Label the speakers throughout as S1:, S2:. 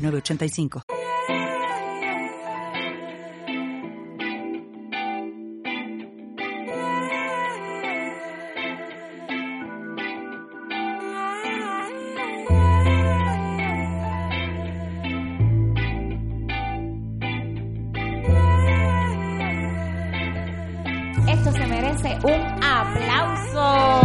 S1: 985.
S2: Esto se merece un aplauso.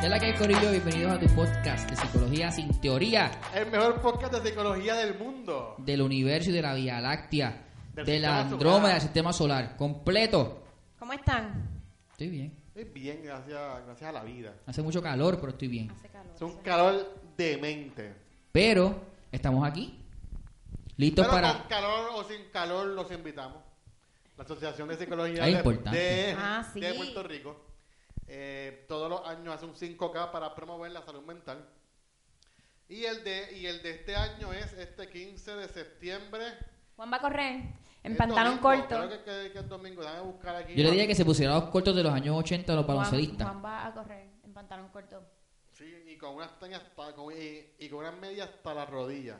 S3: Ya la que hay Corillo, bienvenidos a tu podcast de psicología sin teoría
S4: El mejor podcast de psicología del mundo.
S3: del universo y de la Vía Láctea,
S4: Del
S3: de la
S4: sistema
S3: Andrómeda,
S4: solar.
S3: del sistema solar, completo.
S2: ¿Cómo están?
S3: Estoy bien.
S4: Es bien, gracias, gracias a la vida.
S3: Hace mucho calor, pero estoy bien.
S2: Hace calor.
S4: Es un calor demente.
S3: Pero estamos aquí, listos
S4: Pero con
S3: para.
S4: calor o sin calor los invitamos. La Asociación de Psicología
S3: Es
S4: de,
S3: importante.
S4: de-
S2: Ah, sí.
S4: de Puerto Rico eh, todos los años hace un 5K para promover la salud mental. Y el de y el de este año es este 15 de septiembre.
S2: Juan va a correr en
S4: Es
S2: pantalón
S4: domingo,
S2: corto.
S4: Creo que, que- que es domingo. Déjame buscar aquí.
S3: Yo le diría que se pusieran los cortos de los años 80 a los
S2: Juan,
S3: baloncelistas.
S2: Juan va a correr en pantalón corto.
S4: Sí, y con unas tenis hasta- con- y, y con unas medias hasta la rodilla.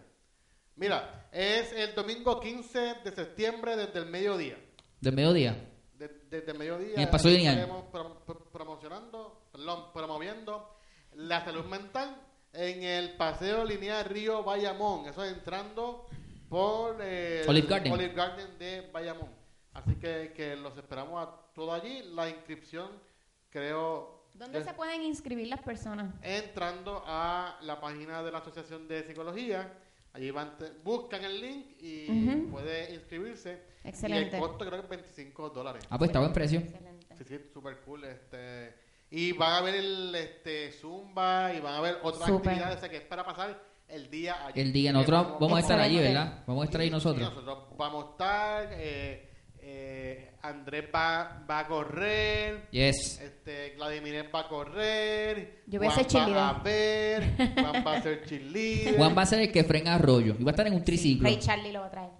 S4: Mira, es el domingo 15 de septiembre desde el mediodía.
S3: Del mediodía.
S4: De- desde el mediodía.
S3: En el Paso Lineal.
S4: estaremos pro- pro- promocionando, perdón, promoviendo la salud mental en el Paseo Lineal Río Bayamón. Eso es entrando por eh, el
S3: Olive Garden.
S4: Olive Garden de Bayamón. Así que, que los esperamos a todos allí. La inscripción, creo.
S2: ¿Dónde
S4: es-
S2: se pueden inscribir las personas?
S4: entrando a la página de la Asociación de Psicología. Allí van, te- buscan el link y
S2: Ujú.
S4: puede inscribirse. Y
S2: Excelente.
S4: el costo creo que es 25 dólares.
S3: Ah, pues está buen precio.
S2: Excelente.
S4: Sí, sí, súper cool. Este, y van a ver el este, Zumba y van a ver otras
S2: Súper.
S4: actividades. O sea, que es para pasar el día allí.
S3: El día, nosotros
S4: Que
S3: vamos a estar allí,
S2: Excelente.
S3: ¿verdad? Vamos a estar
S4: y-
S3: ahí
S4: y
S3: nosotros.
S4: vamos a estar. eh, eh, Andrés va, va a correr.
S3: Yes.
S4: Este, Vladimir va a correr.
S2: Yo voy a
S4: Juan
S2: ser cheerleader.
S4: Va a ver, Juan va a ser cheerleader.
S3: Juan va a ser el que frena arroyo. Y va a estar en un triciclo.
S2: Ray Charlie lo va a traer.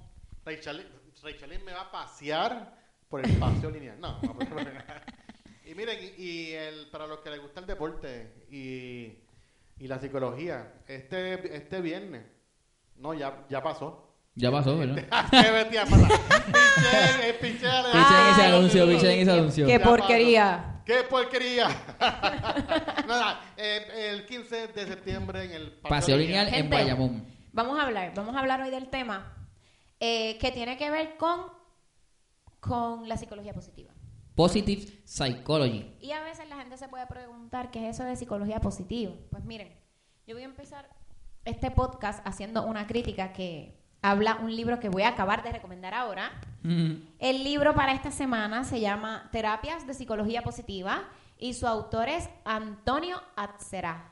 S4: Rachel, Rachel me va a pasear por el paseo lineal. No, no, pero- Y miren, y- y el, para los que les gusta el deporte y, y la psicología, este, este viernes, no, ya, ya pasó. Este
S3: Ya pasó, ¿verdad?
S4: Se metía para. Piché, eh, piché, eh,
S3: Pichen ese
S4: eh,
S3: anuncio,
S4: eh,
S3: pichen ese anuncio.
S4: Ya pasó. ¡Qué porquería! Nada, eh, el 15 de septiembre en el
S3: Paseo lineal en
S2: Gente.
S3: Bayamón.
S2: Vamos a hablar, vamos a hablar hoy del tema eh, que tiene que ver con, con la psicología positiva.
S3: Positive Psychology.
S2: Y a veces la gente se puede preguntar qué es eso de psicología positiva. Pues miren, yo voy a empezar este podcast haciendo una crítica que habla un libro que voy a acabar de recomendar ahora. El libro para esta semana se llama Terapias de Psicología Positiva y su autor es Antonio Atzerá.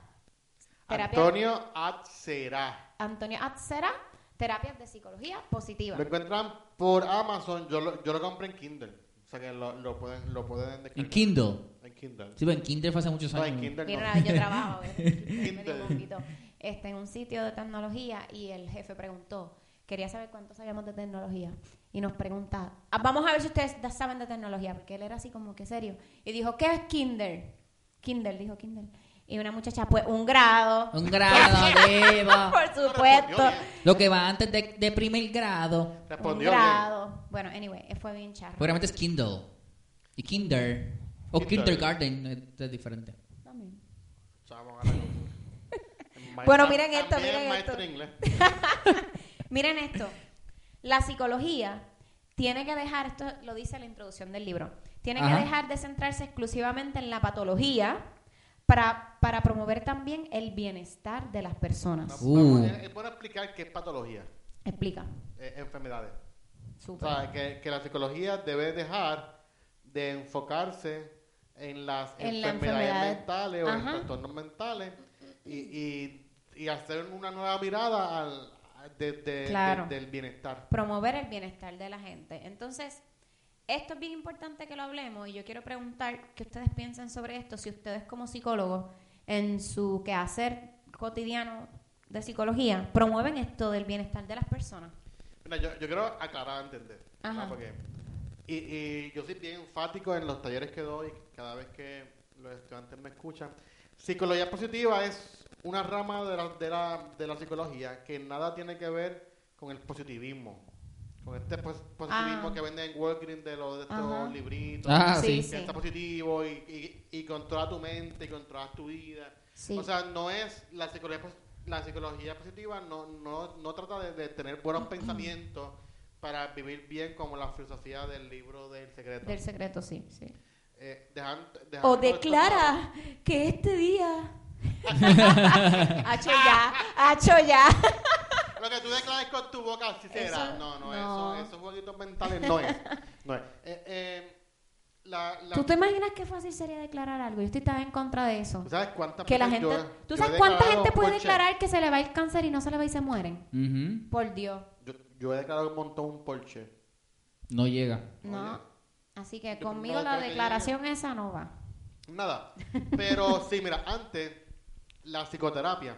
S2: Terapia-
S4: Antonio Atzerá.
S2: Antonio Atzera, terapias de psicología positiva.
S4: Lo encuentran por Amazon. Yo lo, yo lo compré en Kindle. O sea que lo, lo pueden, lo pueden descargar.
S3: En Kindle.
S4: En Kindle.
S3: Sí, pero en Kindle fue hace muchos
S4: No,
S3: años.
S4: en Kindle no.
S2: Mira, una vez yo trabajaba ¿ves? Me dio un poquito, este, en un sitio de tecnología y el jefe preguntó, quería saber cuánto sabíamos de tecnología. Y nos pregunta, "Ah, vamos a ver si ustedes da- saben de tecnología, porque él era así como que serio. Y dijo, ¿qué es Kindle? Kindle, dijo Kindle. Y una muchacha, pues un grado.
S3: Un grado, Deba.
S2: Por supuesto.
S3: Lo que va antes de, de primer grado.
S2: Un
S4: Respondió. bien.
S2: grado. Bueno, anyway, fue bien charro.
S3: Seguramente es Kindle. Y Kinder. O
S4: Kinder.
S3: Kindergarten. eh, Es diferente.
S2: También.
S4: Chavo, gana con- Maestra-
S2: Bueno, miren esto,
S4: también
S2: miren
S4: maestra
S2: esto.
S4: inglés.
S2: Miren esto. La psicología tiene que dejar, esto lo dice la introducción del libro, tiene
S3: Ajá.
S2: que dejar de centrarse exclusivamente en la patología para, para promover también el bienestar de las personas.
S3: Uh.
S4: Vamos, es- es bueno explicar qué es patología,
S2: Explica.
S4: eh, enfermedades. O
S2: Súper.
S4: sea, que, que la psicología debe dejar de enfocararse en las
S2: En la
S4: enfermedades
S2: enfermedad.
S4: mentales o en
S2: Ajá.
S4: trastornos mentales y, y- y hacer una nueva mirada al, de- de-
S2: Claro.
S4: de- del bienestar.
S2: promover el bienestar de la gente. Entonces, esto es bien importante que lo hablemos y yo quiero preguntar qué ustedes piensan sobre esto, si ustedes como psicólogos en su quehacer cotidiano de psicología promueven esto del bienestar de las personas.
S4: Mira, yo, yo quiero aclarar antes de. ¿verdad?
S2: Ajá.
S4: Porque- y, y yo soy bien enfático en los talleres que doy, cada vez que los estudiantes me escuchan. Psicología positiva es una rama de la, de la, de la psicología que nada tiene que ver con el positivismo. Con este pos- positivismo
S2: Ah.
S4: que venden en Walgreens de los de estos
S2: Ajá.
S4: libritos.
S3: Ah,
S2: Sí,
S3: sí.
S4: que está positivo y, y, y controla tu mente y controlas tu vida.
S2: Sí.
S4: O sea, no es la psicología, pos- la psicología positiva, no, no, no trata de, de tener buenos pensamientos para vivir bien como la filosofía del libro del secreto.
S2: Del secreto, sí, sí.
S4: Eh, dejan- dejan
S2: O
S4: todo esto claro.
S2: declara que este día... Hacho ya, hacho ya.
S4: Lo que tú declares con tu boca, así será.
S2: Eso-
S4: No, no,
S2: no.
S4: Eso, esos jueguitos mentales no es. No es. Eh, eh, la, la-
S2: ¿Tú te imaginas qué fácil sería declarar algo? Yo estoy tan en contra de eso.
S4: ¿tú sabes cuántas
S2: Que la
S4: veces
S2: gente,
S4: yo- yo
S2: ¿Tú
S4: he
S2: sabes cuánta
S4: declarado
S2: gente puede
S4: por check?
S2: declarar que se le va el cáncer y no se le va y se mueren?
S3: Ujú.
S2: Por Dios,
S4: Yo, yo he declarado un montón un Porsche.
S3: No llega.
S2: no.
S4: Oye.
S2: Así que
S4: Yo
S2: conmigo
S4: no
S2: la
S4: creo que
S2: declaración esa no va.
S4: Nada. Pero sí, mira, antes la psicoterapia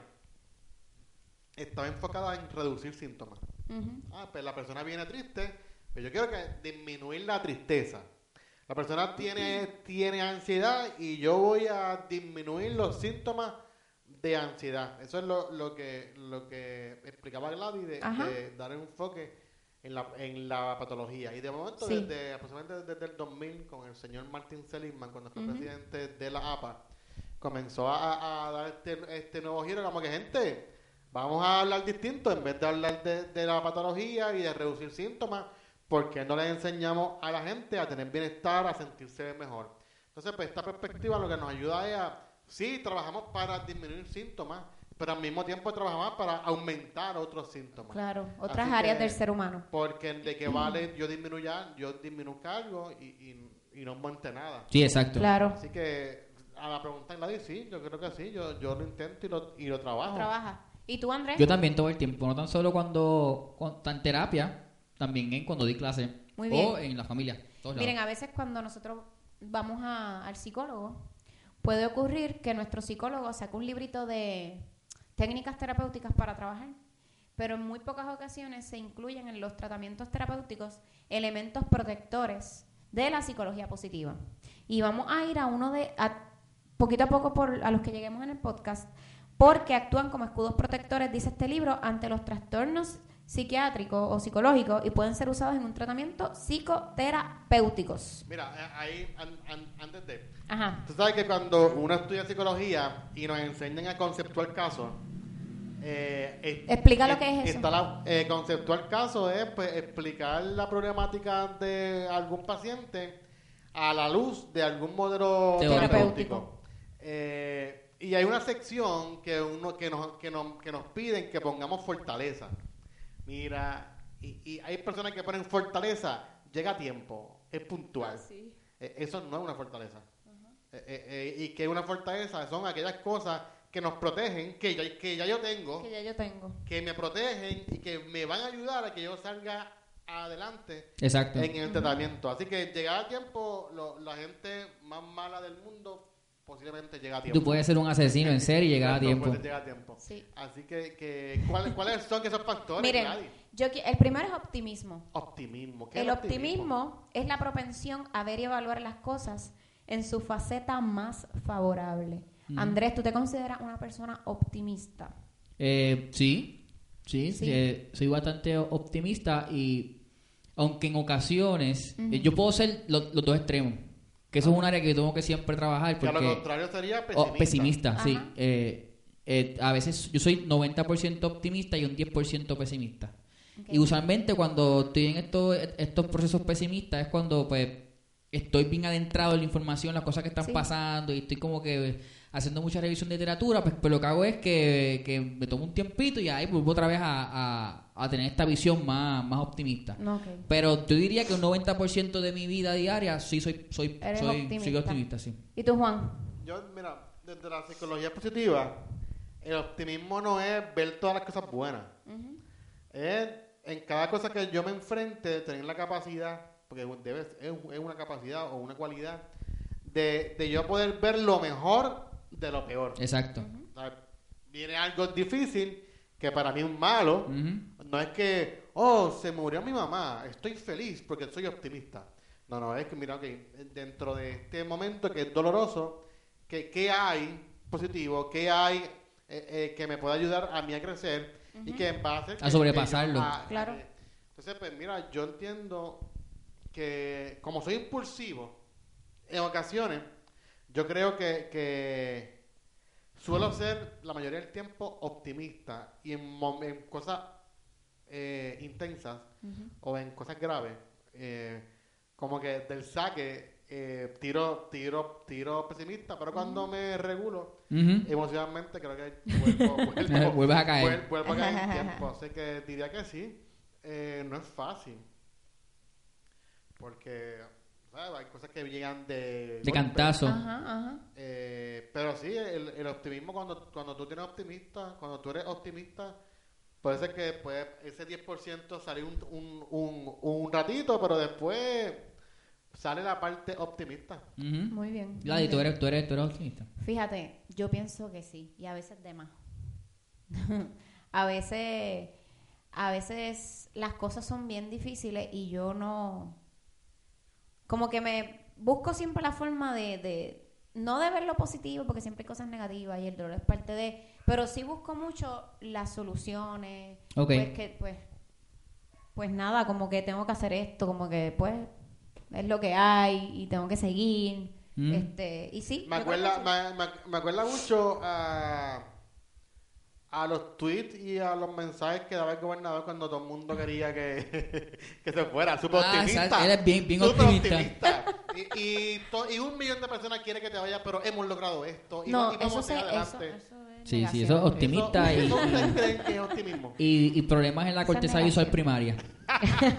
S4: estaba enfocada en reducir síntomas.
S2: Ujú.
S4: Ah, pues la persona viene triste, pero yo quiero que disminuir la tristeza. La persona tiene, tiene ansiedad y yo voy a disminuir los síntomas de ansiedad. Eso es lo, lo que, lo que explicaba Gladys de,
S2: Ajá.
S4: de dar enfoque en la, en la patología. Y de momento,
S2: Sí.
S4: desde aproximadamente desde el 2000, con el señor Martin Seligman, cuando fue
S2: Ujú.
S4: presidente de la APA, comenzó a, a dar este, este nuevo giro, como que gente, vamos a hablar distinto en vez de hablar de, de la patología y de reducir síntomas, porque no le enseñamos a la gente a tener bienestar, a sentirse mejor. Entonces, pues esta perspectiva lo que nos ayuda es a, sí, trabajamos para disminuir síntomas, pero al mismo tiempo trabajamos para aumentar otros síntomas.
S2: Claro, otras
S4: Así
S2: áreas
S4: que-
S2: del ser humano.
S4: Porque de que vale yo disminuya, yo disminuzco algo y, y, y no monte nada.
S3: Sí, exacto.
S2: Claro.
S4: Así que a la pregunta Gladys, sí, yo creo que sí, yo, yo lo intento y lo, y lo trabajo.
S2: Trabaja. ¿Y tú, Andrés?
S3: Yo también todo el tiempo, no tan solo cuando, cuando está en terapia, también en cuando di clase
S2: Muy
S3: o
S2: bien.
S3: en la familia. todos
S2: Miren,
S3: lados.
S2: a veces cuando nosotros vamos a- al psicólogo, puede ocurrir que nuestro psicólogo saque un librito de técnicas terapéuticas para trabajar, pero en muy pocas ocasiones se incluyen en los tratamientos terapéuticos elementos protectores de la psicología positiva. Y vamos a ir a uno de, a- poquito a poco por, a los que lleguemos en el podcast, porque actúan como escudos protectores, dice este libro, ante los trastornos psiquiátricos o psicológicos y pueden ser usados en un tratamiento psicoterapéuticos.
S4: Mira, eh, ahí, an- an- antes de...
S2: Ajá.
S4: Tú sabes que cuando uno estudia psicología y nos enseñan a conceptual caso, eh, es-
S2: Explica lo que es eso.
S4: está la- eh, conceptual caso es pues, explicar la problemática de algún paciente a la luz de algún modelo
S3: Teórico.
S4: terapéutico. Eh, y hay una sección que uno que nos, que nos, que nos piden que pongamos fortaleza. Mira, y, y hay personas que ponen fortaleza, llega a tiempo, es
S2: Ah,
S4: puntual. Eh, Eso no es una fortaleza. Eh, eh, eh, y que una fortaleza son aquellas cosas que nos protegen, que ya, que ya yo tengo,
S2: Que ya yo tengo.
S4: que me protegen y que me van a ayudar a que yo salga adelante
S3: Exacto.
S4: en el tratamiento. Así que llegar a tiempo, lo- la gente más mala del mundo posiblemente llega a tiempo.
S3: Tú puedes ser un asesino en serie y llegar a
S4: Exacto,
S3: tiempo.
S4: puedes llegar a tiempo.
S2: Sí.
S4: Así que, que ¿cuál- ¿cuáles son esos factores?
S2: Miren,
S4: Gladys?
S2: yo, qui- el primero es optimismo.
S4: optimismo. ¿Qué es
S2: El optimismo es la propensión a ver y evaluar las cosas en su faceta más favorable. Andrés, ¿tú te consideras una persona optimista?
S3: Eh, sí, sí,
S2: Sí.
S3: eh, soy bastante optimista y aunque en ocasiones eh, yo puedo ser lo- los dos extremos, que eso es un área que tengo que siempre trabajar
S4: Que a
S3: porque
S4: lo contrario sería
S3: Oh,
S4: pesimista.
S3: pesimista, sí.
S2: Ajá.
S3: Eh, eh, a veces yo soy 90% optimista y un 10% pesimista.
S2: Ok.
S3: Y usualmente cuando estoy en estos, estos procesos pesimistas es cuando pues estoy bien adentrado en la información, las cosas que están
S2: Sí.
S3: pasando y estoy como que eh, haciendo mucha revisión de literatura, pues, pues lo que hago es que, que me tomo un tiempito y ahí vuelvo otra vez a, a- a tener esta visión más, más optimista.
S2: No, ok.
S3: Pero yo diría que un 90% de mi vida diaria sí soy, soy,
S2: Eres
S3: soy, soy
S2: optimista.
S3: optimista, sí.
S2: ¿Y tú, Juan?
S4: Yo, mira, desde la psicología positiva, el optimismo no es ver todas las cosas buenas. cada cosa que yo me enfrente, tener la capacidad, porque debe- es, un- es una capacidad o una cualidad, de, de yo poder ver lo mejor de lo peor.
S3: Exacto.
S4: O sea, Viene algo difícil, que para mí es un malo,
S3: Ujú.
S4: no es que, oh, se murió mi mamá, estoy feliz porque soy optimista. No, no, es que mira, ok, dentro de este momento que es doloroso, que, ¿qué hay positivo? ¿Qué hay eh, eh, que me pueda ayudar a mí a crecer? Y que va a hacer que- que
S3: sobrepasarlo.
S4: yo- a-
S2: Claro.
S4: a que- entonces, pues mira, yo entiendo que como soy impulsivo, en ocasiones, yo creo que, que suelo ser la mayoría del tiempo optimista y en, mom- en cosas eh, intensas o en cosas graves, eh, como que del saque eh, tiro, tiro, tiro pesimista, pero cuando me regulo
S3: Ujú.
S4: emocionalmente creo que vuelvo, vuelvo-
S3: Vuelves a caer.
S4: vuel- vuelvo a caer en tiempo. Así que diría que sí, Eh, no es fácil. Porque ¿sabes? hay cosas que llegan de...
S3: De
S4: golpe.
S3: cantazo.
S2: Ajá, ajá.
S4: Eh, pero sí, el, el optimismo, cuando, cuando tú tienes optimista, cuando tú eres optimista, puede ser que después ese 10% sale un, un, un, un ratito, pero después sale la parte optimista.
S3: Ujú.
S2: Muy bien.
S3: Gladys, tú
S2: Muy bien.
S3: eres, tú eres, tú eres optimista.
S2: Fíjate, yo pienso que sí, y a veces de más. a veces, a veces las cosas son bien difíciles y yo no, como que me busco siempre la forma de, de- no de ver lo positivo, porque siempre hay cosas negativas y el dolor es parte de, pero sí busco mucho las soluciones,
S3: Ok.
S2: pues que, pues, pues nada, como que tengo que hacer esto, como que pues es lo que hay y tengo que seguir.
S3: Mm.
S2: Este, y sí,
S4: Me
S2: yo creo que
S4: acuerda,
S2: sí.
S4: me, me- me acuerda mucho a, a los tweets y a los mensajes que daba el gobernador cuando todo el mundo quería que, que se fuera. Súper
S3: Ah,
S4: optimista.
S3: exacto, eres bien- bien
S4: Súper
S3: optimista.
S4: optimista. Y, y to- y un millón de personas quiere que te vayas, pero hemos logrado esto. Y,
S2: No,
S4: y vamos
S2: eso,
S4: a
S2: se,
S4: seguir
S2: eso,
S4: adelante.
S2: eso es
S3: Sí, sí,
S2: negación.
S3: eso es optimista
S4: Eso-
S3: y-
S4: eso ustedes creen que es optimismo.
S3: Y, y problemas en
S2: Esa
S3: la
S2: es
S3: corteza
S2: negación.
S3: visual primaria.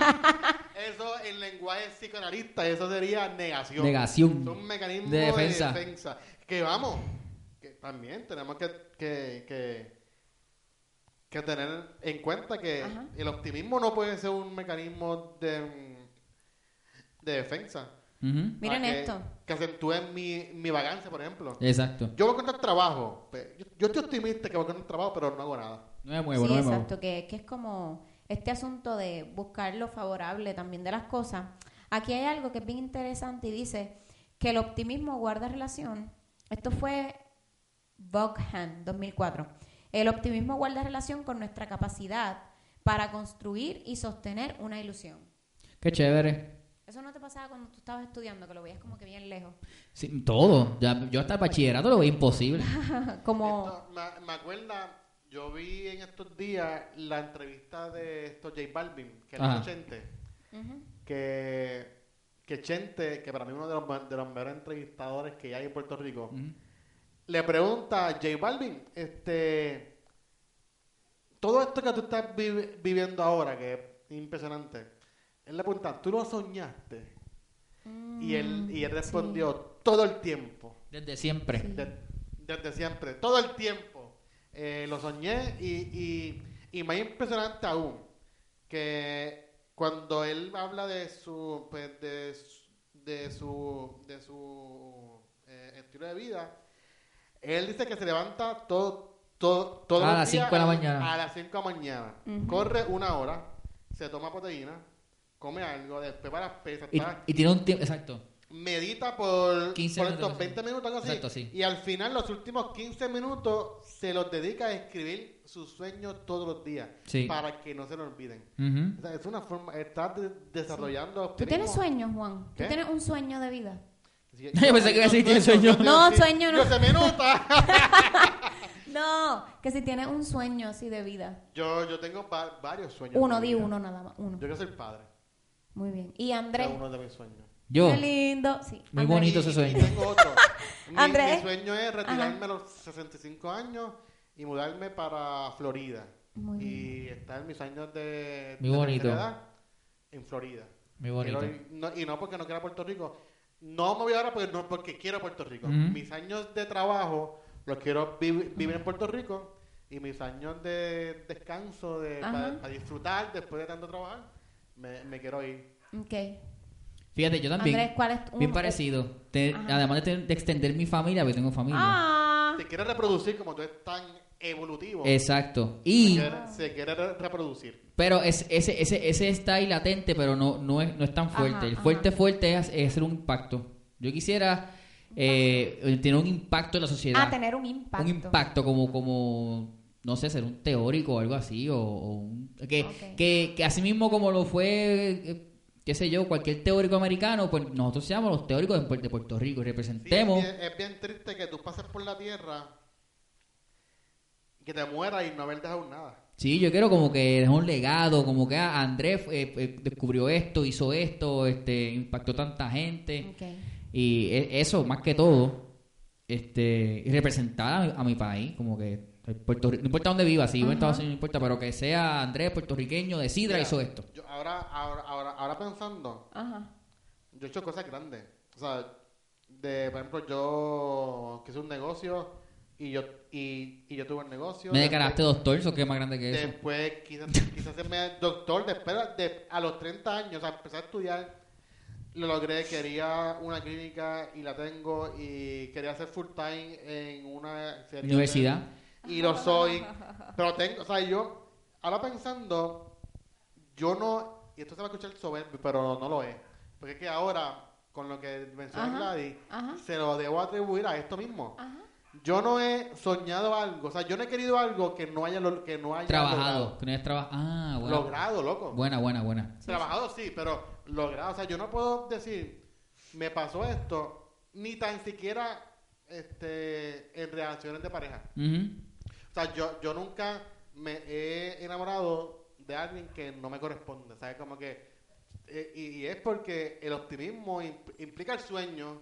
S4: Eso en lenguaje psicoanalista, eso sería negación.
S3: Negación.
S4: Es un mecanismo
S3: De
S4: de
S3: defensa.
S4: defensa. Que vamos, que también tenemos que, que, que, que tener en cuenta que
S2: Ajá.
S4: el optimismo no puede ser un mecanismo de, de defensa.
S3: Ujú.
S2: Miren
S4: Para que-
S2: esto.
S4: Que acentúen mi, mi vagancia, por ejemplo.
S3: Exacto.
S4: Yo voy a encontrar trabajo. Pues, Yo, yo estoy optimista que voy a encontrar trabajo, pero no hago nada.
S3: No me muevo,
S2: sí,
S3: no me muevo.
S2: exacto, que, que es como este asunto de buscar lo favorable también de las cosas. Aquí hay algo que es bien interesante y dice que el optimismo guarda relación. Esto fue Buckhan, 2004. El optimismo guarda relación con nuestra capacidad para construir y sostener una ilusión.
S3: Qué chévere.
S2: Eso no te pasaba cuando tú estabas estudiando, que lo veías como que bien lejos.
S3: Sí, todo. Ya- yo hasta el bachillerato lo veía imposible.
S2: como...
S4: Esto, me, me acuerda, yo vi en estos días la entrevista de esto J Balvin, que
S3: Ajá.
S4: era Chente,
S2: Ujú.
S4: que, que Chente, que para mí uno de los, me- de los mejores entrevistadores que hay en Puerto Rico,
S3: Ujú.
S4: le pregunta a J Balvin, este, todo esto que tú estás vi- viviendo ahora, que es impresionante, él le pregunta, ¿tú lo soñaste? Y él, y él
S2: Mm, sí.
S4: respondió, todo el tiempo.
S3: Desde siempre.
S2: Sí.
S4: De- desde siempre, todo el tiempo. Eh, lo soñé y, y, y más impresionante aún, que cuando él habla de su, pues, de, su- de su, de su eh, estilo de vida, él dice que se levanta todo, todo, todos
S3: A
S4: los
S3: las
S4: días
S3: cinco de la mañana.
S4: A las 5 de la mañana.
S2: Ujú.
S4: Corre una hora, se toma proteína, come algo, después para las pesas,
S3: Y,
S4: para-
S3: y tiene un tiempo. Exacto.
S4: medita por,
S3: 15
S4: por
S3: minutos,
S4: estos 20 minutos, algo así.
S3: Exacto, sí.
S4: Y al final, los últimos 15 minutos se los dedica a escribir sus sueños todos los días
S3: Sí.
S4: para que no se lo olviden.
S3: Ujú.
S4: O sea, es una forma, estás de- desarrollando.
S2: ¿Tú tienes sueños, Juan?
S4: ¿Qué?
S2: ¿Tú tienes un sueño de vida?
S4: Sí,
S3: Yo pensé que iba a decir, ¿tienes sueño?
S4: yo- yo-
S2: No,
S4: sí,
S2: sueño no.
S4: Yo se me nota.
S2: No, que si tienes un sueño así de vida.
S4: yo, yo tengo va- varios sueños.
S2: Uno,
S4: en mi
S2: di
S4: vida.
S2: uno nada más, uno.
S4: Yo quiero ser padre.
S2: Muy bien. Y
S4: Es
S2: Andrés,
S4: uno de mis sueños.
S3: Yo.
S2: qué lindo. Sí,
S3: Muy
S2: Andrés.
S3: bonito
S4: Y-
S3: ese
S4: y
S3: sueño.
S4: tengo otro. Mi-
S2: Andrés.
S4: mi sueño es retirarme a los 65 años y mudarme para Florida.
S2: Muy
S4: y estar en mis años de,
S3: Muy
S4: de
S3: bonito.
S4: tercera edad en Florida.
S3: Muy bonito.
S4: Quiero ir- no- y no porque no quiera Puerto Rico. No me voy ahora porque, no, porque quiero Puerto Rico.
S3: Ujú.
S4: Mis años de trabajo los quiero vi- vivir en Puerto Rico y mis años de descanso de,
S2: Ajá.
S4: para disfrutar después de tanto trabajar, me, me quiero ir.
S2: Ok.
S3: Fíjate, yo también.
S2: Andrés, ¿cuál es tu-
S3: Bien
S2: un-
S3: parecido. Te-
S2: Ajá.
S3: además de, tener- de extender mi familia, porque tengo familia.
S2: Ah.
S4: Se quiere reproducir como tú eres tan evolutivo.
S3: Exacto.
S4: Se
S3: Y,
S4: quiere, se quiere re- reproducir.
S3: pero es- ese, ese, ese está ahí latente, pero no, no, es, no es tan fuerte.
S2: Ajá,
S3: el
S2: ajá.
S3: fuerte, fuerte es, es hacer un impacto. Yo quisiera eh, tener un impacto en la sociedad.
S2: Ah, tener un impacto.
S3: un impacto como como no sé ser un teórico o algo así o, o un- que,
S2: Ok.
S3: que que así mismo como lo fue eh, qué sé yo cualquier teórico americano pues nosotros seamos los teóricos de, Puer- de Puerto Rico y
S4: Sí,
S3: representemos
S4: es, bien, es bien triste que tú pases por la tierra y que te mueras y no haber dejado nada.
S3: sí yo quiero como que dejar un legado como que ah, Andrés eh, eh, descubrió esto hizo esto este impactó tanta gente
S2: Ok.
S3: y e- eso más que todo este y representar a mi, a mi país como que Puerto Rico, no importa dónde viva, si vivo en Estados Unidos, no importa, pero que sea Andrés puertorriqueño de Sidra
S4: Mira,
S3: hizo esto.
S4: Yo ahora, ahora, ahora, ahora pensando,
S2: Ajá.
S4: yo he hecho cosas grandes. O sea, de, por ejemplo, yo quise un negocio y yo, y, y yo tuve el negocio.
S3: Me
S4: Después-
S3: declaraste doctor, eso que es más grande que eso.
S4: Después quise, quise hacerme doctor, después de, a los 30 años, o sea, empecé a estudiar, lo logré, quería una clínica y la tengo y quería ser full time en una serie de-
S3: Universidad.
S4: Y lo soy, pero tengo, o sea, yo, ahora pensando, yo no, y esto se va a escuchar soberbio, pero no lo es, porque es que ahora, con lo que menciona
S2: Ajá,
S4: Gladys,
S2: ajá.
S4: se lo debo atribuir a esto mismo.
S2: Ajá.
S4: Yo no he soñado algo, o sea, yo no he querido algo que no haya, lo- que no haya
S3: Trabajado. Que no hayas trabajado. Ah,
S4: logrado.
S3: bueno.
S4: Logrado, loco.
S3: Buena, buena, buena.
S4: Trabajado sí, pero logrado. O sea, yo no puedo decir, me pasó esto, ni tan siquiera este, en relaciones de pareja.
S3: Ujú.
S4: O sea, yo, yo nunca me he enamorado de alguien que no me corresponde. ¿Sabes? Como que. eh, y, y es porque el optimismo imp- implica el sueño,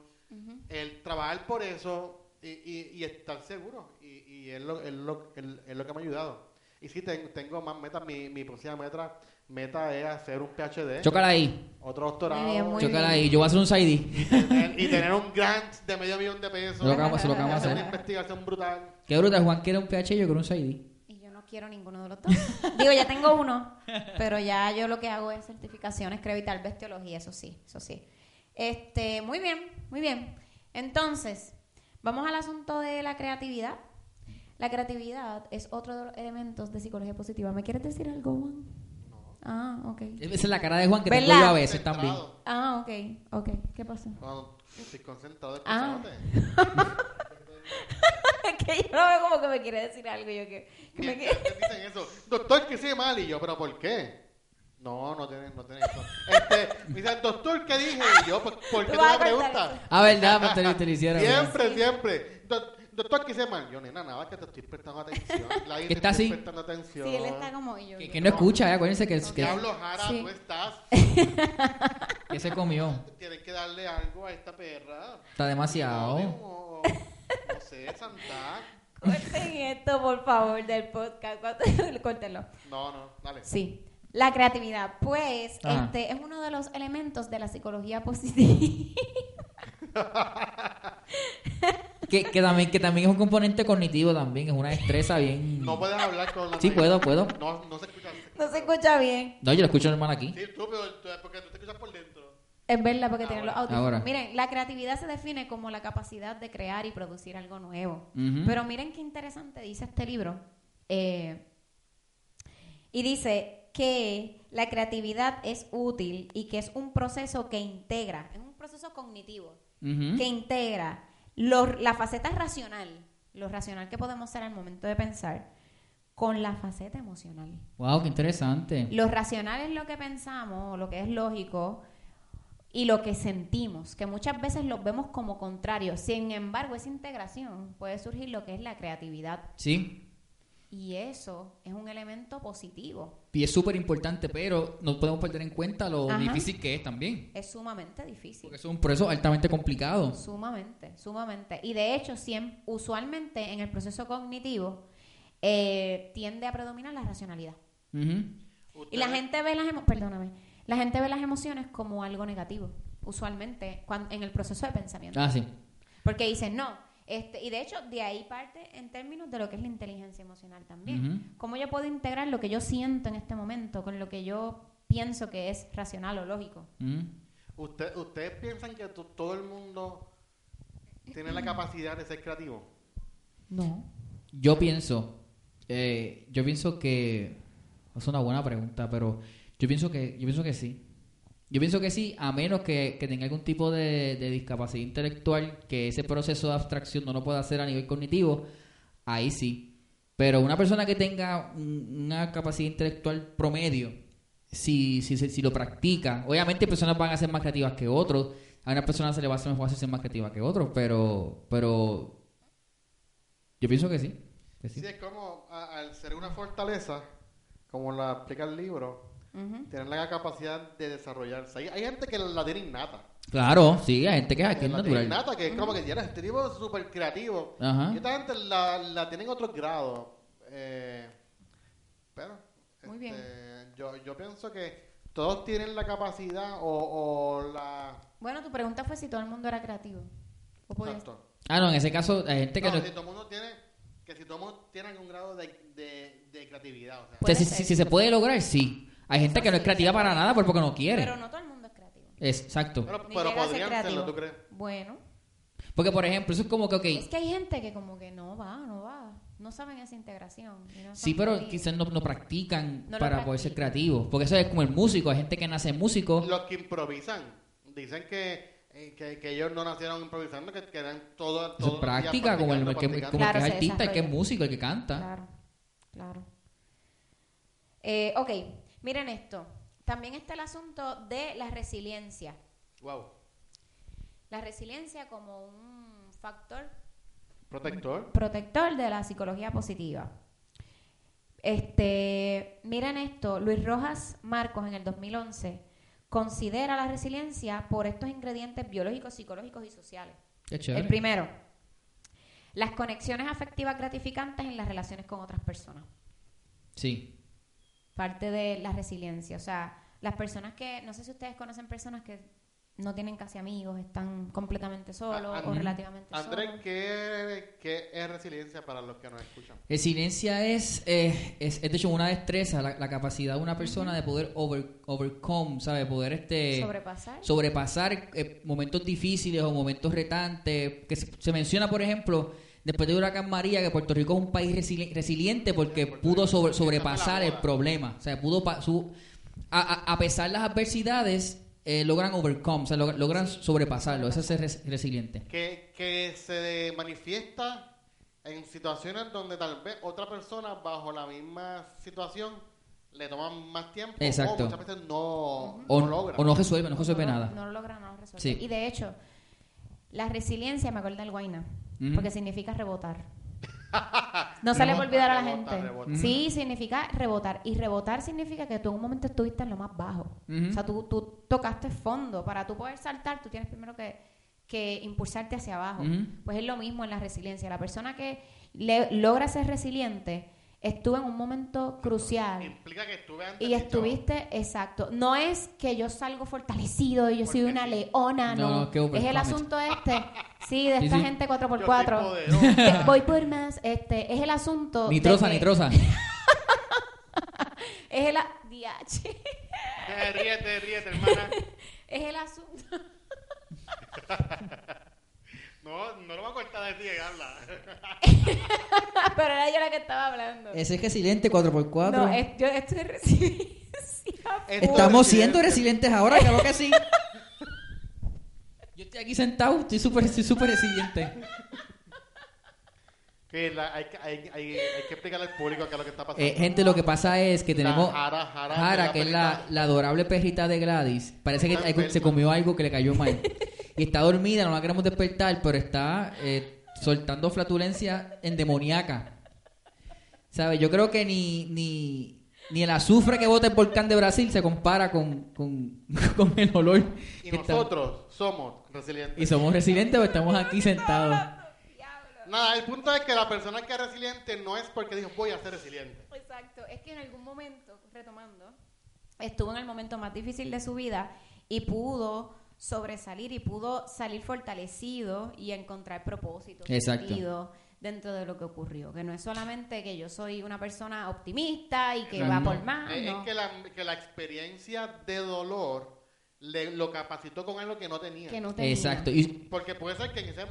S4: el trabajar por eso y, y- y estar seguro. Y, y es, lo, es, lo, es lo- es lo que me ha ayudado. Y sí, ten- tengo más metas. Mi, mi próxima meta, meta es hacer un PhD,
S3: Chócala ahí.
S4: otro doctorado.
S2: Muy bien, muy
S3: Chócala ahí. Yo voy a hacer un side.
S4: Y, tener, y tener un grant de medio millón de pesos.
S3: Lo que vamos- lo que vamos a
S4: hacer una
S3: hacer.
S4: investigación brutal.
S3: Qué bruta, Juan quiere un PH, yo quiero un side.
S2: Y yo no quiero ninguno de los dos. Digo, ya tengo uno, pero ya yo lo que hago es certificaciones, creo y tal vez teología, eso sí, eso sí. Este, muy bien, muy bien. Entonces, vamos al asunto de la creatividad. La creatividad es otro de los elementos de psicología positiva. ¿Me quieres decir algo, Juan? No. Ah, ok.
S3: Esa es la cara de Juan que
S2: ¿Verdad?
S3: tengo yo a veces también.
S4: Centrado.
S2: Ah, ok, ok. ¿Qué pasó?
S4: Cuando estoy concentrado,
S2: Ah.
S4: escuchándote.
S2: que yo lo veo como que me quiere decir algo. Yo que, que me
S4: Siempre
S2: quiere-
S4: dicen eso. Doctor, que sigue mal. Y yo, ¿pero por qué? No, no tiene, no tiene eso. Este, me dice, doctor, ¿qué dije? Y yo, "Pues, ¿por qué
S2: Lo voy
S4: tú me
S2: a cortar
S4: preguntas?
S3: Ah, verdad, pero te lo- te lo hicieron. ¿verdad?
S4: Siempre, siempre. "Doc- Doctor, que sigue mal. Yo, nena, nada, que te estoy prestando atención. La
S3: Que está
S4: estoy
S3: así.
S4: prestando atención.
S2: Sí, él está como yo.
S3: Que, que no escucha, eh, acuérdense que, que,
S4: Diablo, Jara,
S2: Sí.
S4: tú estás.
S3: que se comió.
S4: Tienes que darle algo a esta perra.
S3: Está demasiado.
S4: No, no sé, Santa.
S2: Corten esto, por favor, del podcast. Cuando- Córtenlo.
S4: No, no, dale.
S2: Sí. La creatividad, pues,
S3: Ajá.
S2: este es uno de los elementos de la psicología positiva.
S3: Que, que, también, que también es un componente cognitivo también. Es una destreza bien...
S4: No puedes hablar con la
S3: Sí, puedo, puedo.
S4: No, no se escucha.
S2: No se escucha bien.
S3: No, yo lo escucho normal aquí.
S4: Sí, tú, pero tú- porque tú te escuchas por dentro.
S2: Es verdad, porque tiene
S4: Ahora.
S2: los audífonos.
S3: Ahora.
S2: Miren, la creatividad se define como la capacidad de crear y producir algo nuevo.
S3: Ujú.
S2: Pero miren qué interesante dice este libro. Eh, y dice que la creatividad es útil y que es un proceso que integra, es un proceso cognitivo.
S3: Ujú.
S2: que integra lo- la faceta racional, lo racional que podemos ser al momento de pensar, con la faceta emocional.
S3: Wow, qué interesante.
S2: Lo racional es lo que pensamos, lo que es lógico, y lo que sentimos, que muchas veces los vemos como contrarios. Sin embargo, esa integración puede surgir lo que es la creatividad.
S3: Sí,
S2: Y eso es un elemento positivo.
S3: Y es súper importante, pero no podemos perder en cuenta lo
S2: Ajá.
S3: difícil que es también.
S2: Es sumamente difícil.
S3: Porque es un proceso altamente complicado.
S2: Sumamente, sumamente. Y de hecho, siem- usualmente en el proceso cognitivo eh, tiende a predominar la racionalidad.
S3: Ujú.
S2: Y la gente ve las emo- perdóname, la gente ve las emociones como algo negativo, usualmente cuan- en el proceso de pensamiento.
S3: Ah, sí.
S2: Porque dicen, no, Este, y de hecho, de ahí parte en términos de lo que es la inteligencia emocional también.
S3: Ujú.
S2: Cómo yo puedo integrar lo que yo siento en este momento con lo que yo pienso que es racional o lógico.
S3: Mm.
S4: ¿Usted- ¿Ustedes piensan que to- todo el mundo tiene la capacidad de ser creativo?
S2: No.
S3: Yo pienso, eh, yo pienso que es una buena pregunta, pero yo pienso que, yo pienso que sí. Yo pienso que sí, a menos que, que tenga algún tipo de, de discapacidad intelectual, que ese proceso de abstracción no lo pueda hacer a nivel cognitivo, ahí sí. Pero una persona que tenga un- una capacidad intelectual promedio, si, si, se- si lo practica, obviamente personas van a ser más creativas que otros, a una persona se le va a hacer más fácil ser más creativa que otros, pero, pero yo pienso que sí. que sí.
S4: Sí, es como a- al ser una fortaleza, como la explica el libro,
S2: Ujú.
S4: tienen la capacidad de desarrollarse. Hay, hay gente que la tiene innata.
S3: Claro, sí, hay gente que es aquí
S4: Que
S3: es
S4: la tiene
S3: natural.
S4: innata, que es como que ya este tipo es súper creativo.
S3: Ajá.
S4: Y esta gente la, la tiene en otros grados. Eh, pero,
S2: Muy
S4: bien. Yo, yo pienso que todos tienen la capacidad o, o la...
S2: Bueno, tu pregunta fue si todo el mundo era creativo. O podía-
S4: Exacto.
S3: Ah, no, en ese caso hay gente que
S4: No,
S3: no...
S4: si todo el mundo tiene, que si todo el mundo tiene algún grado de, de, de creatividad, o sea,
S3: O sea,
S2: puede
S3: si,
S2: ser.
S3: si- si se puede lograr, sí. Hay gente que no es creativa para nada pero porque no quiere.
S2: Pero no todo el mundo es creativo.
S3: Es- Exacto.
S4: pero,
S2: Ni
S4: pero
S2: llega a ser
S4: podrían serlo,
S2: creativo.
S4: ¿tú crees?
S2: Bueno,
S3: Porque, por ejemplo, eso es como que, ok,
S2: es que hay gente que como que no va, no va. No saben esa integración. y no
S3: sí,
S2: son
S3: pero
S2: creativos.
S3: quizás no, no practican
S2: No lo
S3: para poder ser
S2: practican.
S3: creativos. Porque eso es como el músico. Hay gente que nace músico.
S4: Los que improvisan, dicen que, eh, que, que ellos no nacieron improvisando, que, que eran todo,
S3: Eso
S4: todo
S3: es práctica, como el, el que, como el
S2: Claro,
S3: que es
S2: se
S3: artista, el que es
S2: desarrolla.
S3: músico, el que canta.
S2: Claro, claro. Eh, ok, miren esto. También está el asunto de la resiliencia.
S4: Wow.
S2: La resiliencia como un factor
S4: Protector.
S2: protector de la psicología positiva. Este, miren esto, Luis Rojas Marcos en el 2011 considera la resiliencia por estos ingredientes biológicos, psicológicos y sociales.
S3: Qué
S2: El
S3: chévere.
S2: primero, las conexiones afectivas gratificantes en las relaciones con otras personas.
S3: Sí.
S2: parte de la resiliencia. O sea, las personas que, no sé si ustedes conocen personas que no tienen casi amigos, están completamente solos
S4: Ah,
S2: o
S4: ah,
S2: relativamente
S4: Andrés,
S2: solos.
S4: ¿qué, ¿qué es resiliencia para los que nos escuchan?
S3: Resiliencia es, eh, es, es, de hecho, una destreza, la, la capacidad de una persona de poder over- overcome, ¿sabes? Poder este...
S2: Sobrepasar.
S3: sobrepasar eh, momentos difíciles o momentos retantes. Que se, se menciona, por ejemplo, después de Huracán María, que Puerto Rico es un país resili- resiliente porque pudo sobre- sobrepasar el problema. O sea, pudo pa- su- a, a- a pesar de las adversidades, eh, logran overcome, o sea, log- logran sobrepasarlo. Eso es ser res- resiliente.
S4: Que, que se manifiesta en situaciones donde tal vez otra persona bajo la misma situación le toman más tiempo
S3: Exacto.
S4: o muchas veces no,
S3: O,
S4: no logra.
S3: o no resuelve, no resuelve
S2: no, lo-
S3: nada.
S2: No lo logra, no lo resuelve.
S3: Sí.
S2: Y de hecho, la resiliencia, me acuerdo del Guaina,
S3: Ujú.
S2: porque significa rebotar. No se le va a olvidar a la
S4: Rebota,
S2: gente.
S4: rebota.
S2: Sí, significa rebotar. Y rebotar significa que tú en un momento estuviste en lo más bajo.
S3: Ujú.
S2: O sea, tú, tú tocaste fondo. Para tú poder saltar, tú tienes primero que, que impulsarte hacia abajo.
S3: Ujú.
S2: Pues es lo mismo en la resiliencia. La persona que le- logra ser resiliente estuvo en un momento crucial.
S4: Implica que estuve antes
S2: Y
S4: dicho,
S2: estuviste, exacto. No es que yo salgo fortalecido y yo soy
S4: Porque
S2: una
S4: sí.
S2: leona,
S3: No,
S2: no.
S3: no, qué overcomer.
S2: es el asunto este, sí, de
S3: Sí,
S2: esta
S3: sí.
S2: gente
S4: "Yo
S2: 4x4.
S4: soy poderoso".
S2: Que voy por más, este, es el asunto. de
S3: Nitrosa,
S2: que-
S3: nitrosa.
S2: Es el, a- DH.
S4: Eh, ríete, ríete, hermana.
S2: es el asunto.
S4: No, no lo voy a cortar de ti, habla.
S2: Pero era yo la que estaba hablando.
S3: Ese es resiliente 4x4.
S2: no, es, yo estoy resiliencia.
S3: Estamos siendo
S4: eh,
S3: resilientes ahora, claro que sí. Yo estoy aquí sentado, estoy súper estoy súper resiliente.
S4: Que la- hay, que- hay- hay- hay que explicarle al público qué es lo que está pasando.
S3: Eh, gente, lo que pasa es que
S4: La
S3: tenemos
S4: Jara, Jara,
S3: Jara,
S4: la
S3: que es la,
S4: perrita.
S3: la adorable perrita de Gladys. Parece que
S4: Está
S3: algo- se
S4: enferma.
S3: comió algo que le cayó mal. Y está dormida, no la queremos despertar, pero está eh, soltando flatulencia endemoniaca. ¿Sabes? Yo creo que ni, ni, ni el azufre que bota el volcán de Brasil se compara con, con, con el olor.
S4: y
S3: que está-
S4: nosotros somos resilientes.
S3: y somos resilientes, pero estamos aquí sentados.
S4: Nada, el punto es que la persona que es resiliente no es porque dijo voy a ser resiliente.
S2: Exacto, es que en algún momento, retomando, estuvo en el momento más difícil de su vida y pudo sobresalir y pudo salir fortalecido y encontrar propósito,
S3: Exacto.
S2: sentido dentro de lo que ocurrió. Que no es solamente que yo soy una persona optimista y que
S4: Exacto.
S2: va por más.
S4: Es, es
S2: Ah, no.
S4: que, la, que la experiencia de dolor le, lo capacitó con algo que no tenía.
S2: que no tenía.
S3: Exacto. Y,
S4: Porque puede ser que en ese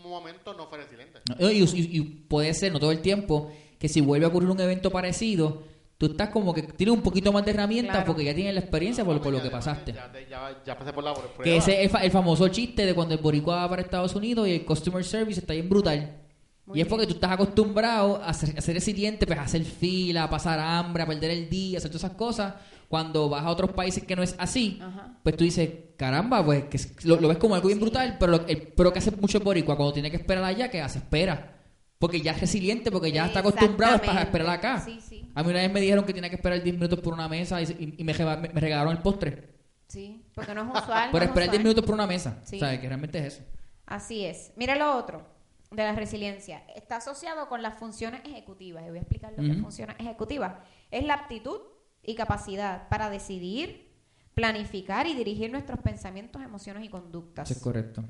S4: momento no fuera resiliente.
S3: no, y- y- y puede ser, no todo el tiempo, que si vuelve a ocurrir un evento parecido, tú estás como que tienes un poquito más de herramientas
S2: Claro.
S3: porque ya tienes la experiencia por, por lo
S4: Ya-
S3: que pasaste.
S4: Ya, ya- ya pasé por la prueba.
S3: Que ese es el, fa- el famoso chiste de cuando el boricua va para Estados Unidos y el customer service está bien brutal.
S2: Muy
S3: y es
S2: bien.
S3: porque tú estás acostumbrado a ser, a ser resiliente, pues a hacer fila, a pasar hambre, a perder el día, a hacer todas esas cosas. Cuando vas a otros países que no es así,
S2: Ajá.
S3: pues tú dices, caramba, pues que es- lo, lo ves como algo bien brutal, pero lo, el- pero que hace mucho el boricua cuando tiene que esperar allá, que hace espera. Porque ya es resiliente, porque ya está acostumbrado a
S2: Exactamente.
S3: esperar acá.
S2: Sí, sí.
S3: A mí una vez me dijeron que tenía que esperar 10 minutos por una mesa y, se- y- y me, rega- me- me regalaron el postre.
S2: Sí, porque no es usual. no
S3: Pero
S2: es
S3: esperar 10
S2: usual.
S3: minutos por una mesa.
S2: Sí.
S3: O sea, que realmente es eso.
S2: Así es. Mira lo otro de la resiliencia. Está asociado con las funciones ejecutivas. Y voy a explicar lo que es
S3: Ujú.
S2: funciones ejecutivas. Es la aptitud y capacidad para decidir, planificar y dirigir nuestros pensamientos, emociones y conductas.
S3: Eso es correcto.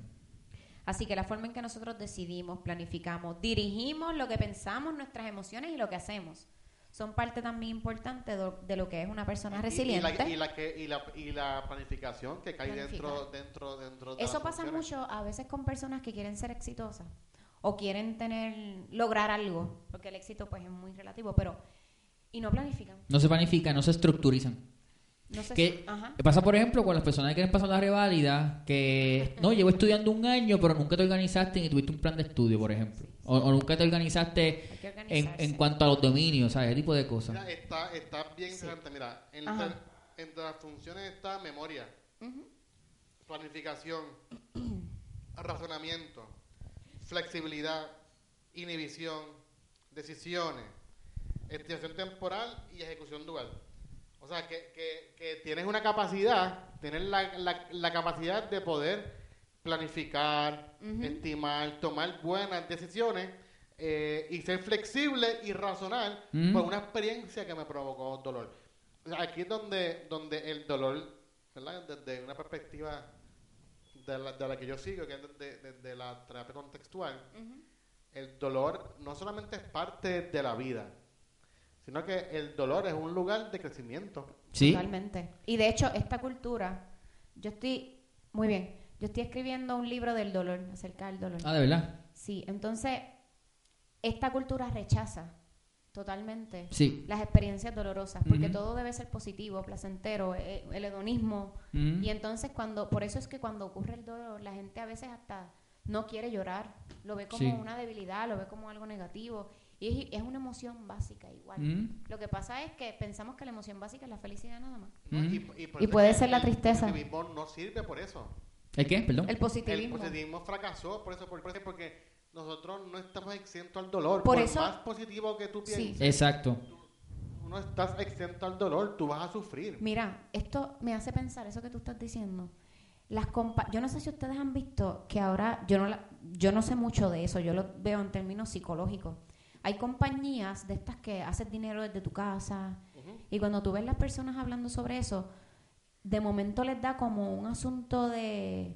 S2: Así que la forma en que nosotros decidimos, planificamos, dirigimos lo que pensamos, nuestras emociones y lo que hacemos. Son parte también importante do- de lo que es una persona resiliente.
S4: Y, la, y, la que, y, la, y la planificación que cae dentro, dentro, dentro de
S2: Eso
S4: las
S2: pasa
S4: funciones.
S2: mucho a veces con personas que quieren ser exitosas o quieren tener lograr algo, porque el éxito pues es muy relativo, pero y no planifican.
S3: No se planifican, no se estructurizan.
S2: No sé
S3: Que
S2: si, Pues ajá.
S3: pasa, por ejemplo, con las personas que quieren pasar la reválida, que no, llevo estudiando un año, pero nunca te organizaste ni tuviste un plan de estudio, por ejemplo. O, o nunca te organizaste
S2: Hay que
S3: en,
S2: organizarse.
S3: en cuanto a los dominios, ¿sabes? Ese tipo de cosas.
S4: Mira, está, está bien interesante. Mira, entre,
S2: Ajá.
S4: entre las funciones está memoria, planificación, razonamiento, flexibilidad, inhibición, decisiones, estimación temporal y ejecución dual. O sea, que, que, que tienes una capacidad, tienes la, la, la capacidad de poder planificar, estimar, tomar buenas decisiones eh, y ser flexible y razonar
S3: Ujú.
S4: por una experiencia que me provocó dolor. O sea, aquí es donde, donde el dolor, ¿verdad? desde una perspectiva de la, de la que yo sigo, que es desde de, de la terapia contextual, el dolor no solamente es parte de la vida, sino que el dolor es un lugar de crecimiento.
S3: ¿Sí?
S2: Totalmente. Y de hecho, esta cultura, yo estoy muy bien. Yo estoy escribiendo un libro del dolor, acerca del dolor.
S3: Ah, de verdad.
S2: Sí, entonces esta cultura rechaza totalmente
S3: Sí.
S2: las experiencias dolorosas, porque
S3: Ujú.
S2: todo debe ser positivo, placentero, eh, el hedonismo.
S3: Ujú.
S2: Y entonces cuando, por eso es que cuando ocurre el dolor, la gente a veces hasta no quiere llorar, lo ve como
S3: Sí.
S2: una debilidad, lo ve como algo negativo. Y es, es una emoción básica igual.
S3: Ujú.
S2: Lo que pasa es que pensamos que la emoción básica es la felicidad nada más.
S4: ¿no?
S3: Ujú.
S4: por
S2: Y
S4: eso
S2: puede
S4: es que
S2: ser la
S4: el
S2: tristeza.
S4: positivismo no sirve por eso.
S3: ¿El qué? Perdón.
S2: El positivismo.
S4: El positivismo fracasó por eso, por, por- porque nosotros no estamos exentos al dolor.
S2: Por
S4: Por,
S2: eso-
S4: más positivo que tú
S2: Sí.
S4: pienses,
S3: Exacto.
S4: tú no estás exento al dolor, tú vas a sufrir.
S2: Mira, esto me hace pensar eso que tú estás diciendo. Las compa yo no sé si ustedes han visto que ahora yo no la- yo no sé mucho de eso, yo lo veo en términos psicológicos. Hay compañías de estas que haces dinero desde tu casa y cuando tú ves las personas hablando sobre eso, de momento les da como un asunto de,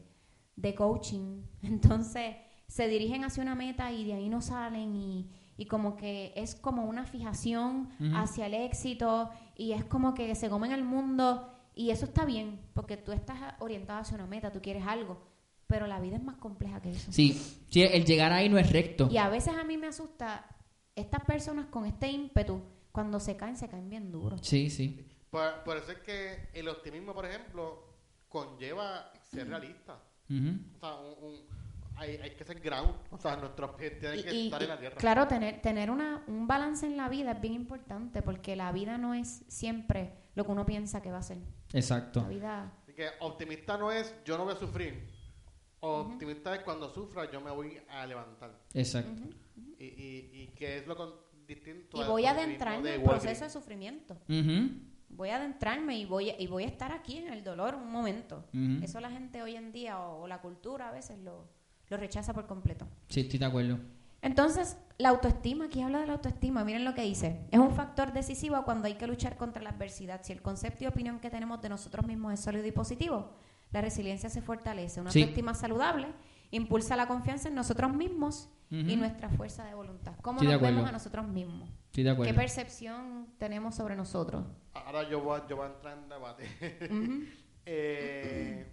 S2: de coaching. Entonces se dirigen hacia una meta y de ahí no salen y, y como que es como una fijación
S3: Ujú.
S2: hacia el éxito y es como que se comen el mundo y eso está bien porque tú estás orientado hacia una meta, tú quieres algo, pero la vida es más compleja que eso.
S3: Sí. Sí, el llegar ahí no es recto.
S2: Y a veces a mí me asusta estas personas con este ímpetu, cuando se caen, se caen bien duro.
S3: Sí, sí.
S4: Por, por eso es que el optimismo, por ejemplo, conlleva ser realista.
S3: Ujú.
S4: O sea, un- un- hay, hay que ser ground. O sea, nuestros pies tienen que
S2: Y- y-
S4: estar en la
S2: y,
S4: tierra.
S2: Claro, tener, tener una, un balance en la vida es bien importante porque la vida no es siempre lo que uno piensa que va a ser. La
S3: Exacto.
S2: vida.
S4: Así que optimista no es yo no voy a sufrir. Optimista es cuando sufra yo me voy a levantar.
S3: Exacto.
S4: Y, y, y que es lo con- distinto
S2: Y
S4: al
S2: voy a
S4: optimismo
S2: adentrarme
S4: de
S2: en el
S4: Walgreens.
S2: proceso de sufrimiento.
S3: Ujú.
S2: Voy a adentrarme y voy a, y voy a estar aquí en el dolor un momento.
S3: Ujú.
S2: Eso la gente hoy en día o, o la cultura a veces lo, lo rechaza por completo.
S3: Sí, estoy de acuerdo.
S2: Entonces, la autoestima, aquí habla de la autoestima, miren lo que dice. Es un factor decisivo cuando hay que luchar contra la adversidad. Si el concepto y opinión que tenemos de nosotros mismos es sólido y positivo, la resiliencia se fortalece. Una
S3: Sí.
S2: autoestima saludable impulsa la confianza en nosotros mismos y
S3: Ujú.
S2: nuestra fuerza de voluntad. ¿Cómo
S3: Sí, de
S2: nos
S3: acuerdo.
S2: vemos a nosotros mismos?
S3: Estoy de
S2: ¿Qué
S3: acuerdo.
S2: percepción tenemos sobre nosotros?
S4: Ahora yo voy, a, yo voy a entrar en debate.
S2: Ujú.
S4: eh,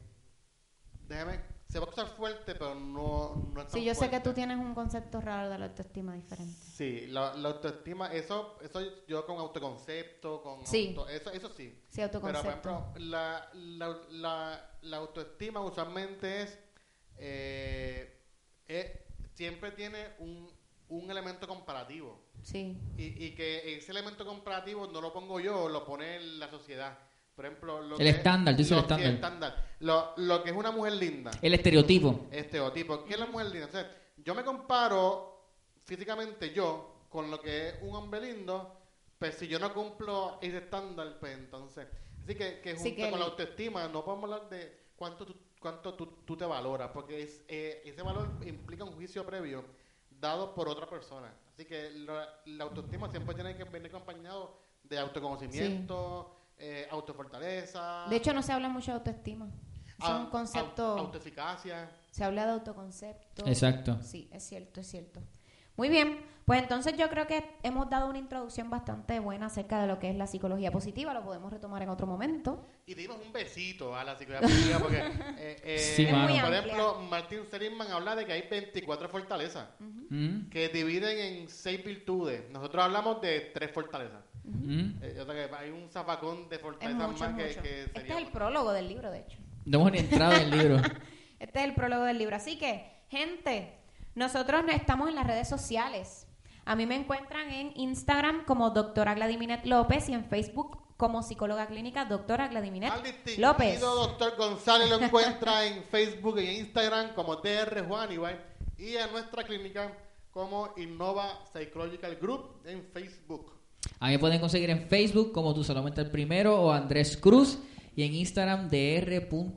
S4: déjame, se va a escuchar fuerte, pero no, no es tan
S2: Sí, yo sé que
S4: fuerte.
S2: tú tienes un concepto raro de la autoestima diferente.
S4: Sí, la, la autoestima, eso, eso yo con autoconcepto, con
S2: Sí.
S4: auto- eso, eso sí.
S2: Sí,
S4: Pero por
S2: autoconcepto.
S4: ejemplo, la, la, la, la autoestima usualmente es, eh, eh, siempre tiene un, un elemento comparativo.
S2: sí.
S4: Y, y que ese elemento comparativo no lo pongo yo, lo pone la sociedad. Por ejemplo, lo
S3: El
S4: que-
S3: estándar, dice el
S4: lo- sí,
S3: estándar.
S4: estándar. Lo, lo que es una mujer linda,
S3: El estereotipo.
S4: estereotipo. este ¿Qué es la mujer linda? O sea, yo me comparo físicamente yo con lo que es un hombre lindo, pero si yo no cumplo ese estándar, pues entonces. Así que, que
S2: Sí,
S4: junto
S2: que
S4: con
S2: el-
S4: la autoestima no podemos hablar de cuánto tú, cuánto tú, tú te valoras, porque es, eh, ese valor implica un juicio previo dado por otra persona. Así que la, la autoestima siempre tiene que venir acompañado de autoconocimiento, eh, autofortaleza,
S2: De hecho, no se habla mucho de autoestima. Es
S4: Ah, au-
S2: un concepto.
S4: au- autoeficacia.
S2: Se habla de autoconcepto.
S3: Exacto.
S2: Sí, es cierto, es cierto. Muy bien, pues entonces yo creo que hemos dado una introducción bastante buena acerca de lo que es la psicología positiva, lo podemos retomar en otro momento.
S4: Y dimos un besito a la psicología positiva porque, eh, eh,
S3: Sí, Es mano. muy
S4: por
S2: amplia.
S4: ejemplo, Martin Seligman habla de que hay 24 fortalezas
S3: Mm,
S4: que dividen en 6 virtudes. Nosotros hablamos de 3 fortalezas.
S3: mm.
S4: Eh, o sea que hay un zafacón de
S2: Es
S4: fortalezas
S2: mucho, es
S4: más que,
S2: mucho.
S4: que
S2: Este
S4: sería
S2: es el prólogo del libro, de hecho.
S3: No hemos ni entrado en el libro.
S2: Este es el prólogo del libro. Así que, gente, nosotros no estamos en las redes sociales. A mí me encuentran en Instagram como doctora Gladiminet López y en Facebook como psicóloga clínica doctora Gladiminet
S4: Al distinguido
S2: López.
S4: doctor González lo encuentra en Facebook y en Instagram como DR Juan Ibai y en nuestra clínica como Innova Psychological Group en Facebook.
S3: A mí me pueden conseguir en Facebook como tú solamente el primero o Andrés Cruz y en Instagram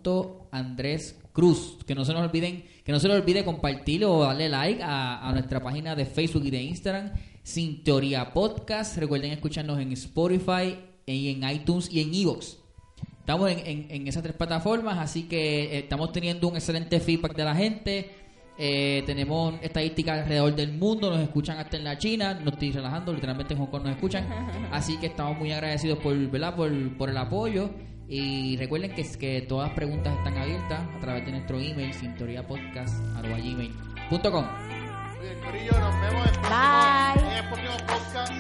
S3: dr.andrés Cruz. Que no se nos olviden, que no se les olvide compartir o darle like a, a nuestra página de Facebook y de Instagram sin teoría podcast. Recuerden escucharnos en Spotify y en iTunes y en Evox. Estamos en, en- en esas tres plataformas, así que eh, estamos teniendo un excelente feedback de la gente. Eh, tenemos estadísticas alrededor del mundo, nos escuchan hasta en la China, no estoy relajando, literalmente en Hong Kong nos escuchan. Así que estamos muy agradecidos por, ¿verdad? por, por el apoyo. Y recuerden que, que todas las preguntas están abiertas a través de nuestro email, sintoriapodcast.com.
S4: Muy bien, Corillo, nos vemos en el próximo,
S2: Bye.
S4: en el próximo podcast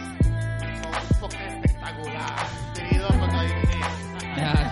S4: con un podcast espectacular. Querido, para la divinidad.
S3: Ah,